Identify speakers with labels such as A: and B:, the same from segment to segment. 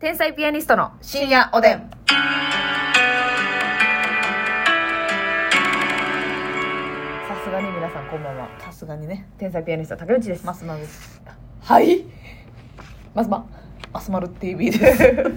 A: 天才ピアニストの深夜おでん。さすがに皆さんこんばんは。
B: さすがにね
A: 天才ピアニスト竹内です。
B: マスマルです
A: はい。
B: マスママスマル TV です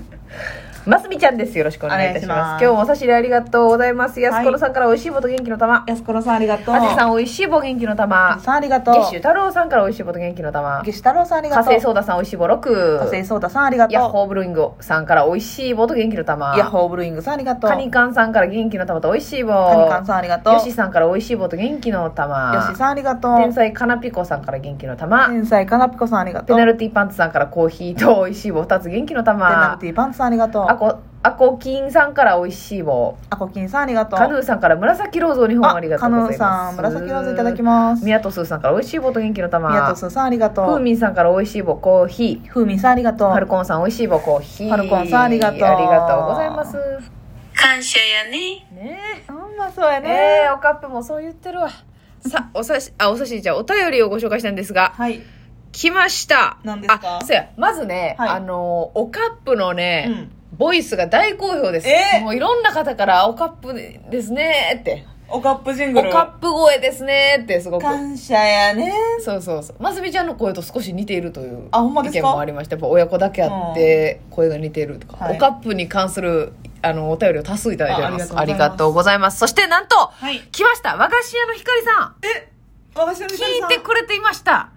A: ますみちゃんです。よろしくお願いいたします。
B: お願いします
A: 今日もお差し入れありがとうございます。
B: い
A: 安ころさんから美味しい棒と元気の玉。
B: 安子さんありがとう
A: あじさ
B: ん
A: ん美味しい棒元気の玉。
B: さんありがとう
A: 月シュ太郎さんから美味しい棒と元気の玉。
B: ゲシュ太郎さんありが
A: 火
B: とう
A: 星ソーダさん美味しい棒6。
B: 火星ソーダさんありがとう
A: ヤッホーブルーイングさんから美味しい棒と元気の玉。
B: ヤッホーブルーイングさんありがとう
A: カニカンさんから元気の玉と美味しい棒。
B: カニカンさんありがとう
A: ヨシさんから美味しい棒と元気の玉。
B: よしさんありがとう
A: 天才かなぴこさんから元気の玉。
B: 天才かなぴこさんありがと
A: ペ
B: う
A: ナルティパンツさんからコーヒーと美味しい棒2つ元気の
B: ペナル
A: 玉
B: テ。ィパンツさんありがとう
A: あこ、あこきんさんから美味しい棒。
B: あこきんさんありがとう
A: カヌーさんから紫ローズを2本ありがと
B: カ
A: う
B: ヌ
A: ござ
B: ー
A: いま
B: さ
A: す。
B: ん紫ローズいただきます
A: ミヤトスーさんから美味しい棒と元気の玉。
B: 宮戸すーさんありがと
A: ふー
B: う
A: みんさんから美味しい棒コーヒー。
B: ふうみんさんありがとう
A: ファルコンさん美味しい棒コーヒー。
B: ファルコンさんありがとう
A: ありがとうございます。
C: 感謝やね。
A: ねえ。
B: うんまあそうやね
A: ええおかっぷもそう言ってるわ。さ、おさし、あ、おさしじゃあお便りをご紹介したんですが、
B: はい
A: 来ました。
B: 何ですか
A: あ、そうや、まずね、
B: はい
A: あの、おかっぷの
B: う
A: ね、
B: ん
A: ボイスが大好評です。
B: えー
A: もういろんな方から、おかっぷですねって、
B: おかっぷジング
A: お
B: ル
A: かっぷ声ですねって、すごく。
B: 感謝やね
A: そうそうそう。ますみちゃんの声と少し似ているという
B: あほんまで
A: 意
B: すか
A: 見もありました。やっぱ親子だけあって、声が似ているとか、
B: はい
A: おかっぷに関する、あの、お便りを多数いただいております。
B: あありがとう
A: ございます。そしてなんと、
B: はい
A: 来ました和菓子屋のひかりさん
B: え私の
A: 聞いてくれていました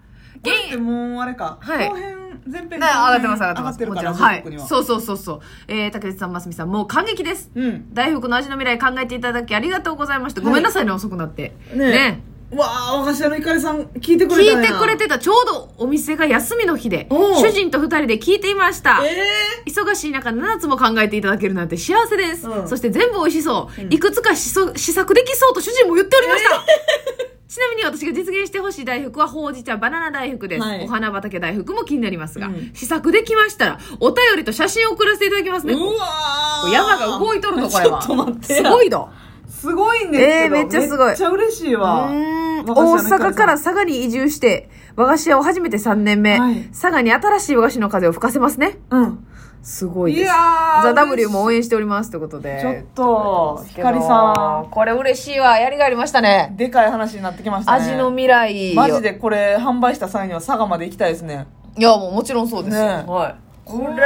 B: これって
A: 元
B: もうあれか、
A: はい
B: 後編前編後編
A: ね、上がってます上がってます
B: 上るから
A: もちろんは
B: 全国
A: い
B: には
A: そうそうそうそうえー、竹内さん真澄さんもう感激です
B: うん
A: 大福の味の未来考えていただきありがとうございましたごめんなさいね、遅くなって
B: ねうわあ和菓子屋のひかりさん聞いてくれたんや
A: 聞いてくれてたちょうどお店が休みの日で
B: おう
A: 主人と2人で聞いていました
B: え
A: 忙しい中7つも考えていただけるなんて幸せです、
B: うん
A: そして全部美味しそう、いくつか試作試作できそうと主人も言っておりました、 ちなみに私が実現してほしい大福はほうじ茶バナナ大福です、
B: はい
A: お花畑大福も気になりますが、
B: うん
A: 試作できましたらお便りと写真を送らせていただきます
B: え
A: ね
B: うわあ
A: 山が動いとるのこれは
B: ちょっと待って
A: すごいの
B: すごいんですけど、
A: えーめっちゃすごい
B: めっちゃ嬉しいうわ
A: ーん
B: 和菓
A: 大
B: 子屋のひりさん
A: 阪から佐賀に移住して和菓子屋を始めて3年目、
B: はい
A: 佐賀に新しい和菓子の風を吹かせますね
B: うん
A: すごい
B: い
A: です
B: やー
A: ザ・ W も応援しておりますということで
B: ちょっとひかりさ
A: んこれ嬉しいわやりがありましたね
B: でかい話になってきましたね
A: 味の未来
B: マジでこれ販売した際には佐賀まで行きたいですね
A: いやもうもちろんそうですよ、
B: ね
A: はいこれはすごいことに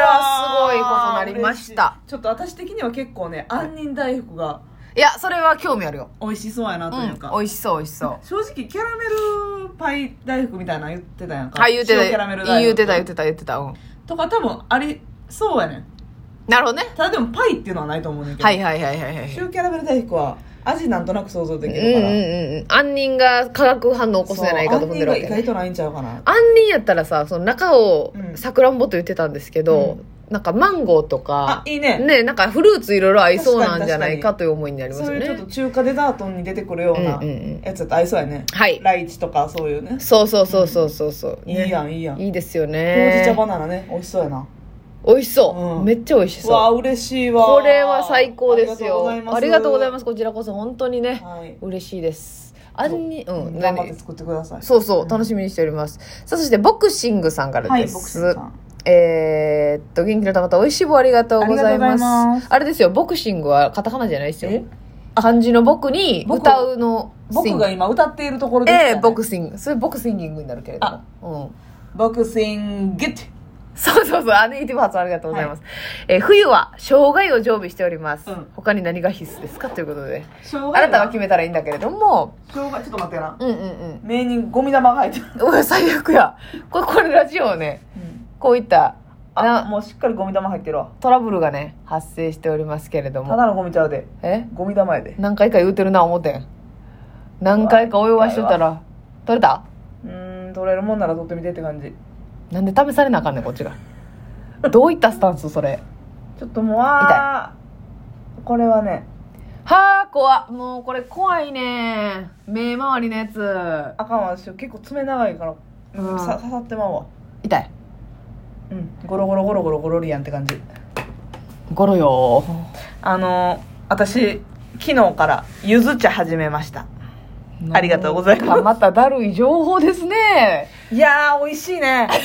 A: なりました
B: 嬉いちょっと私的には結構ね杏仁大福が
A: いやそれは興味あるよ、
B: 美味しそうやなと
A: う、
B: いうんか、
A: 美味しそう美味しそう
B: 正直キャラメルパイ大福みたいなの言ってたやんか
A: はい言うて
B: 塩キャラメル大
A: た
B: 福
A: 言うてた言うてた言うてたうん
B: とか多分ありそうやねん
A: なるほどね
B: ただでもパイっていうのはないと思うねんけど、
A: はいはいはいはいはい
B: 塩キャラメル大福は味なんとなく想像で
A: うん
B: き
A: う
B: るから、そうん
A: うん杏仁が化学反応起こすんじゃないかと思ってるわけ
B: 杏仁が意外とないんちゃうかな
A: 杏仁やったらさその中を
B: うん
A: さくらんぼと言ってたんですけど、なんかマンゴーとか
B: あいいね
A: ねなんかフルーツいろいろ合いそうなんじゃないかという思いになります
B: そ
A: よ
B: ういう
A: ね
B: ちょっと中華デザートに出てくるような
A: うんうんうん
B: やつだと合いそうやね、
A: はい
B: ライチとかそういうね
A: そうそうそうそうそうそう、
B: いいやんいいやん
A: いいですよ
B: ほうじ茶
A: ね
B: バナナね美味しそうやな
A: 美味しそう、
B: うん
A: めっちゃ美味し
B: うわ
A: そう
B: 嬉しいわ
A: これは最高ですよ
B: あ
A: あ
B: り
A: り
B: が
A: が
B: と
A: とうご
B: うござ
A: ざ
B: い
A: い
B: ま
A: ますすこちらこそ本当にね、
B: はい
A: 嬉しいですあんにうん
B: 頑張っ
A: 何
B: て作ってください
A: そうそう楽しみにしておりますさあそしてボクシングさんから
B: はい
A: で
B: ボクシ
A: す、
B: ングさん
A: えーっと元気の玉と美味しい棒ありがとうございますあ
B: ありがとうございます
A: れですよボクシングはカタカナじゃないですよ
B: え
A: 漢字の僕に
B: 僕
A: 歌うの
B: 僕が
A: シン
B: 今歌っているところ
A: グ
B: です
A: ええボクシングそれボクシンギングになるけれども、うん、
B: ボクシングって
A: そうそうそう、あネイティブ発音ありがとうございます。えー冬は生姜を常備しております。
B: うん
A: 他に何が必須ですかということで、
B: 生姜
A: あなたが決めたらいいんだけれども、
B: 生姜ちょっと待ってな
A: うんうんうん。
B: 目にゴミ玉が入ってる
A: うわ、最悪や。これ、これラジオね、こういった
B: あ
A: な
B: もうしっかりゴミ玉入ってるわ
A: トラブルがね、発生しておりますけれど
B: た
A: も、
B: だのゴミちゃうで
A: え
B: ゴミ玉やで
A: 何回か言うてるな、思てん。何回か泳がしとったら、取れた
B: うーん取れるもんなら取ってみてって感じ
A: なんで試されなあかんねん、こっ ちが。どういったスタンス、それ。
B: ちょっともうあーこれはね
A: はあ、怖っもうこれ怖いね目周りのやつ。
B: あかんわ私結構爪長いから
A: うん
B: さ刺さってまうわ
A: 痛い。
B: うんゴロゴロゴロゴロゴロリアンって感じ
A: ゴロよ
B: あの私昨日からゆず茶始めましたありがとうございます
A: なんかまただるい情報ですね。
B: いやー美味しいねあうそく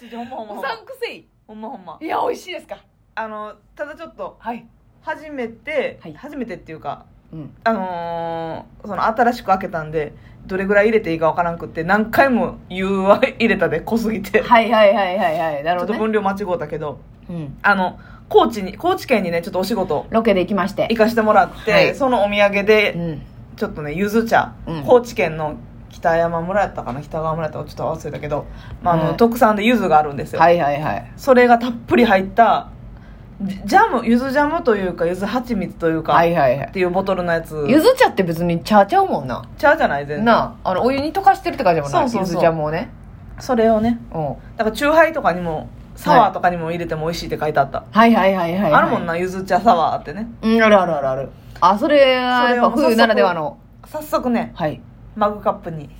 B: せちほんまほんまほ
A: うんさん
B: ま。
A: くせい。
B: ほんまほんま
A: い。や、美味しいですか。
B: あの、ただちょっと、
A: はい。
B: 初めて、
A: はい
B: 初めてっていうか、
A: うん。
B: あのーその新しく開けたんで、どれぐらい入れていいかわからんくって、何回も言うわ、入れたで、濃すぎて。
A: はいはいはいはいはい。な
B: ち
A: るほ
B: ょっと
A: ど、ね。
B: 分量間違うたけど、
A: うん。
B: あの、高知に、高知県にね、ちょっとお仕事
A: ロケで行きまして
B: 行。かしてもらって、
A: はい
B: そのお土産
A: う
B: で、
A: ん。
B: ちょっとね、ゆず茶、
A: うん
B: 高知県の北山村やったかな、北川村やったかちょっと忘れたけど、まあ、あの、
A: はい
B: 特産でゆずがあるんですよ。
A: はいはいはい。
B: それがたっぷり入った、ジジャム、ゆずジャムというか、ゆず蜂蜜というか、
A: はいはいは
B: っ
A: い。
B: ていうボトルのやつ。
A: ゆず茶って別に茶ちゃうもんな。
B: ちゃうじゃない、全然。
A: なあ、あの、お湯に溶かしてるって感じでもない。
B: そうそうそう
A: ゆず茶もね。
B: それをね、
A: うん。
B: だからチューハイとかにもサワーとかにも入れても美味しいって書いてあった、
A: はいはいはいはい、はい。
B: あるもん。なゆず茶サワーってね
A: うん、あるあるあるある。あ、それはやっぱ
B: それをもう早速
A: 冬ならではの。
B: 早速ね
A: はい。
B: マグカップに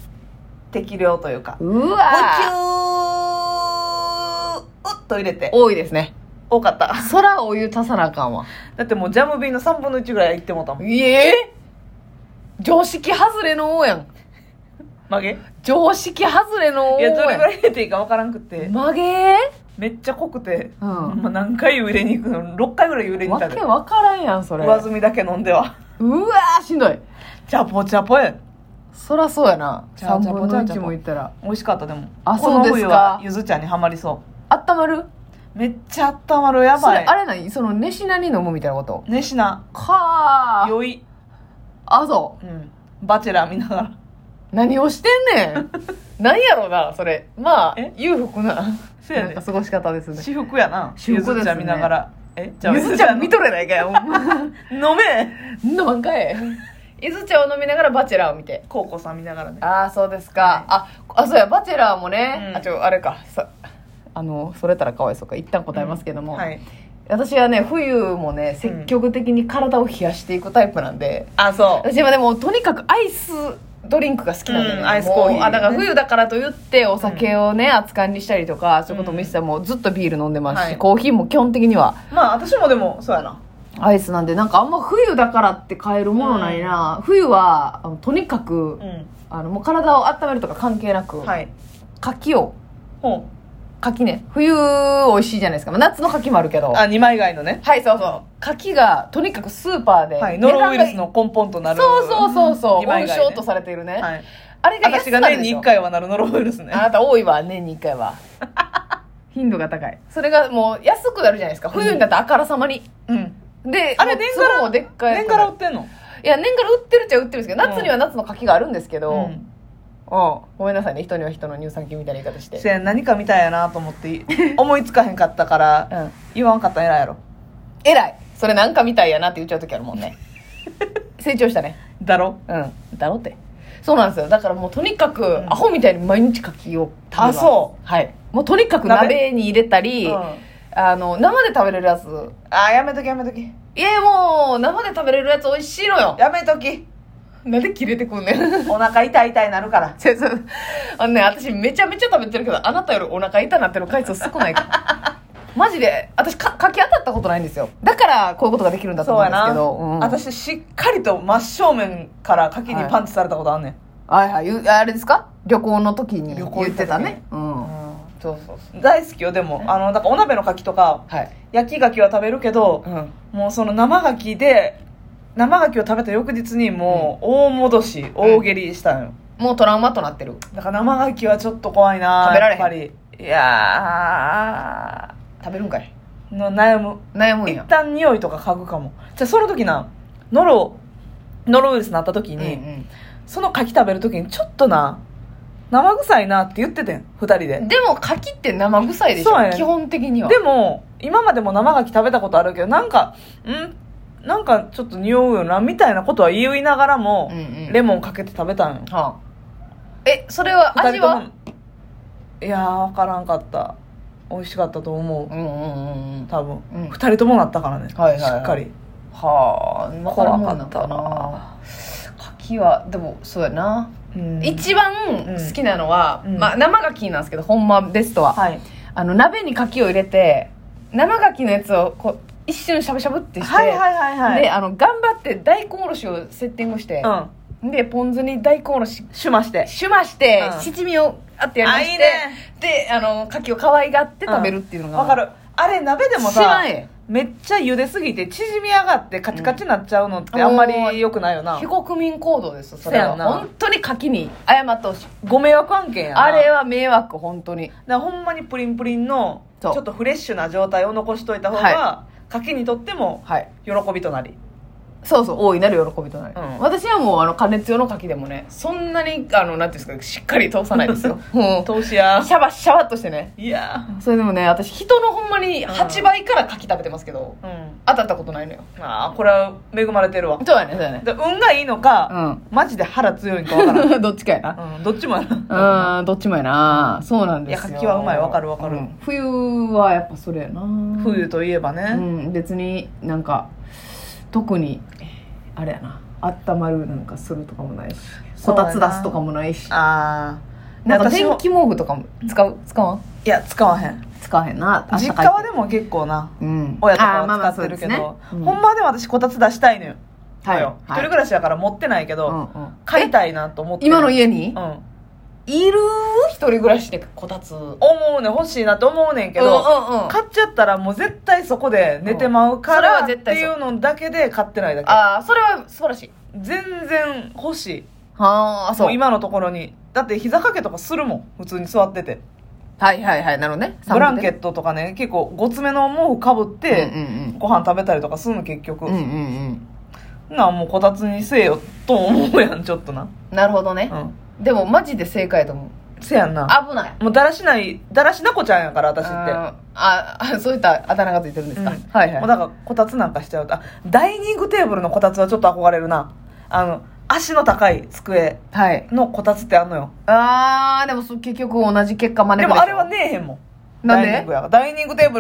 B: 適量というか
A: う
B: ごきゅ
A: わー
B: ーうっと入れて
A: 多いですね。
B: 多かった
A: そらお湯足さなあかんわ。
B: だってもうジャム瓶の3分の1ぐらいいってもうたもん
A: いえ常識外れの王やん。
B: 曲げい
A: 常識外れの王
B: やどれ
A: や
B: ぐらい入れていいか分からんくて
A: ん。曲げ
B: めっちゃ濃くて、
A: うん
B: まあ、何回揺れに行くの6回ぐらい揺れに行っ
A: わ
B: た
A: け
B: で
A: わからんやん、それ。う
B: 上
A: わ
B: 澄みだけ飲んでは
A: ー、しんどい。
B: チャポチャポや
A: そらそうやな。
B: ちゃう
A: 3
B: ちゃう
A: 分の
B: ちゃうちゃ
A: 1
B: う
A: もいったら。
B: 美味しかったでも
A: あ
B: この
A: そうですか
B: 冬はゆず茶にはまりそ
A: あったまる
B: うめっちゃ温まるや
A: それ、
B: ばい
A: あれ何その、寝しなに飲むみたいなこと
B: ねしな
A: かー。
B: 酔い、
A: あ、そう。
B: うん、バチェラー見ながら
A: 何をしてんね ん何やろうなそれまあ
B: え
A: 裕福な
B: そうや
A: なん
B: ね
A: か過ごし方ですね
B: 私服やな
A: 私服ですね
B: ゆず茶見ながらえじ
A: ゆず茶見
B: と
A: とれないかよほんま
B: 飲め
A: なんかえゆず茶を飲みながらバチェラーを見て
B: コウコさん見ながらね
A: ああそうですかああそうやバチェラーもね、
B: うん
A: あちょあれかさあのそれたらかわいそうか一旦答えますけども、
B: はい
A: 私はね冬もね積極的に体を冷やしていくタイプなんで、
B: あそう
A: 私今でもとにかくアイスドリンクが好きなんだよね、
B: うんアイスコーヒーね
A: もうあだから冬だからといってお酒をね、熱燗にしたりとかそういうことも一切もうずっとビール飲んでますし、
B: はい
A: コーヒーも基本的には
B: まあ私もでもそうやな
A: アイスなんでなんかあんま冬だからって買えるものないな、冬はあのとにかく、
B: う
A: あのもう体を温めるとか関係なく、
B: んはい
A: 柿を
B: ほ
A: 柿ね冬美味しいじゃないですか、まあ夏の柿もあるけど
B: うあ二枚貝のね
A: はいそうそう柿がとにかくスーパーで、
B: はいノロウイルス
A: 値段が
B: の根本となる
A: そうそうそうそう
B: 二
A: 温
B: 枚貝ね
A: 床とされているね、
B: はい
A: あれが安
B: 私が
A: なん
B: 年
A: です
B: に
A: よ
B: 1回はなるノロウイルスね
A: あなた多いわ年に1回は 頻度が高いそれがもう安くなるじゃないですか冬になったらあからさまに、
B: うん
A: で
B: あれ
A: もう
B: 年がら
A: 壺もでっかい
B: 年から売ってんの
A: いや年がら売ってるっちゃ売ってるんですけど夏には夏の柿があるんですけど、うん
B: うん
A: ごめんなさいね人には人の乳酸菌みたいな言い方して
B: せや何かみたいやなと思って思いつかへんかったから
A: うん
B: 言わんかったんやらやろ
A: 偉いそれなんかみたいやなって言っちゃう時あるもん ね成長したね
B: だろ
A: うんだろってそうなんですよだからもうとにかく、
B: ん
A: アホみたいに毎日柿を食べます
B: あそう
A: はいもうとにかく
B: 鍋
A: 鍋に入れたり、
B: うん
A: あの生で食べれるやつ
B: あやめときやめとき
A: いやもう生で食べれるやつ美味しいのよ
B: やめとき
A: なんで切れてくんねん
B: お腹痛い痛いなるから
A: そうそうあのね私めちゃめちゃ食べてるけどあなたよりお腹痛なってる回数少ないからマジで私かかき当たったことないんですよだからこういうことができるんだと
B: そう
A: 思う
B: や
A: んです
B: な、
A: けどうん
B: 私しっかりと真正面から柿にパンチされたことあんねん、
A: はいはいゆあれですか旅行の時に
B: 旅
A: 言
B: 行行
A: っ
B: った時
A: て
B: に
A: たねうんそうそうそう
B: 大好きよでもあのだからお鍋の柿とか
A: はい、
B: 焼き柿は食べるけど
A: う、ん、
B: もうその生柿で生柿を食べた翌日にもう大戻し、大蹴りしたのよ
A: もうトラウマとなってる
B: だから生柿はちょっと怖いな
A: 食べられへん
B: やっぱりいや
A: 食べるんかい
B: ーの悩む
A: 悩むん
B: 一
A: や
B: 旦匂いとか嗅ぐかもじゃあその時なノロノロウイルスになった時
A: うん
B: に、
A: うん
B: その柿食べる時にちょっとな生臭いなって言っててん2人で、
A: でも柿って生臭いでし
B: そう
A: ょ
B: やね
A: 基本的には
B: でも今までも生柿食べたことあるけどなんかんなんかちょっと匂うよなみたいなことは言いながらも、
A: うんうん
B: レモンかけて食べたんよ
A: はあ、えそれは
B: 二
A: 味
B: 人と
A: は
B: もいやー分からんかった美味しかったと思う
A: うんうんうんうん
B: 多分、
A: う
B: 二
A: ん
B: 2人ともなったからね、
A: はいはいはい
B: しっかり
A: はあ分からんもんなんか
B: 怖
A: な
B: か
A: 柿はでもそうやな、
B: うん
A: 一番好きなのは、
B: うん
A: まあ、生柿なんですけどほんまベストは、
B: はい
A: あの鍋に柿を入れて生柿のやつをこう一瞬しゃぶしゃぶってして、
B: はいはいはいはい
A: であの頑張って大根おろしをセッティングして、
B: うん
A: でポン酢に大根おろし
B: シュマして
A: シュマして、
B: うん
A: 七味をあってやりまして
B: あいいね
A: であの牡蠣を可愛がって食べるっていうのが
B: わかるあれ鍋でも
A: 知
B: さ
A: らんえ
B: めっちゃ茹ですぎて縮み上がってカチカチになっちゃうのってあんまり良くないよな
A: 非国民行動ですよそれは
B: せやな
A: 本当に牡蠣に謝ってほしい
B: ご迷惑案件やな
A: あれは迷惑本当に
B: だからほんまにプリンプリンのち
A: そう
B: ょっとフレッシュな状態を残しといた方が、
A: は
B: 牡蠣にとっても
A: はい
B: 喜びとなり
A: そうそう大いなる喜びとなる、
B: うん
A: 私はもうあの加熱用の牡蠣でもねそんなにあのなんていうんですかしっかり通さないですよ、も う
B: 投資や
A: シャバシャバっとしてね
B: いや
A: それでもね私人のほんまに8倍から牡蠣食べてますけど、
B: ーうん
A: 当たったことないのよ
B: まあこれは恵まれてるわ
A: そうやねそうやね
B: で運がいいのか、マジで腹強いんか わからん
A: うんどっちかやな
B: うん、どっちもやな
A: うん、どっちもやなそうなんですよ
B: いや柿はうまいわかるわかる
A: ん冬はやっぱそれやな
B: 冬といえばね、
A: うん別になんか特にあれやな温まるなんかするとかもないしこ
B: そうやな
A: たつ出すとかもないし
B: ああ
A: なんか
B: 私
A: 電
B: も
A: 気毛布とかも使う使わん
B: いや使わへん
A: 使わへんなあっ
B: 実
A: たかい
B: 家はでも結構な
A: うん
B: 親とか
A: あーまあま
B: は
A: あ
B: 使ってるけ
A: そう
B: ど
A: です
B: ほ
A: ねうん
B: んまはでも私こたつ出したいのよ
A: はい
B: よ一
A: はい
B: 人暮らしやから持ってないけ
A: うん
B: ど
A: うん
B: 買いたいなと思って
A: 今の家
B: う
A: に
B: ん思
A: いる一人暮らしでこたつ
B: うね欲しいなと思うねんけ
A: うん
B: ど
A: うんうん
B: 買っちゃったらもう絶対そこで寝てまうか
A: うんそれ
B: ら
A: は
B: って
A: 絶対
B: い
A: そう
B: うのだけで買ってないだけ
A: ああそれは素晴らしい
B: 全然欲しい
A: ああ
B: も
A: そうう
B: 今のところにだって膝掛けとかするもん普通に座ってて
A: はいはいはいなるほどね
B: ブランケ
A: ト
B: ットとかね結構ごつめの毛布かぶっ
A: うん
B: てご飯食べたりとかするの結局
A: うんうんうんうん
B: なあもうこたつにせえよと思うやんちょ っとな
A: うんなるほどね
B: うん
A: でもマジで正解やと思う
B: せやんな
A: 危ない
B: もうだらしないだらしなこちゃんやから私って
A: あーああ そういったあだ名がついてるんですか、
B: うん
A: はい
B: もう
A: はい
B: だからこたつなんかしちゃうとあダイニングテーブルのこたつはちょっと憧れるなあの足の高い机
A: はい
B: のこたつってあんのよ
A: あーでもそう結局同じ結果招く
B: で
A: でしょ
B: もあれはねえへんもん
A: なんで
B: ダイニングやからダイニングテーブル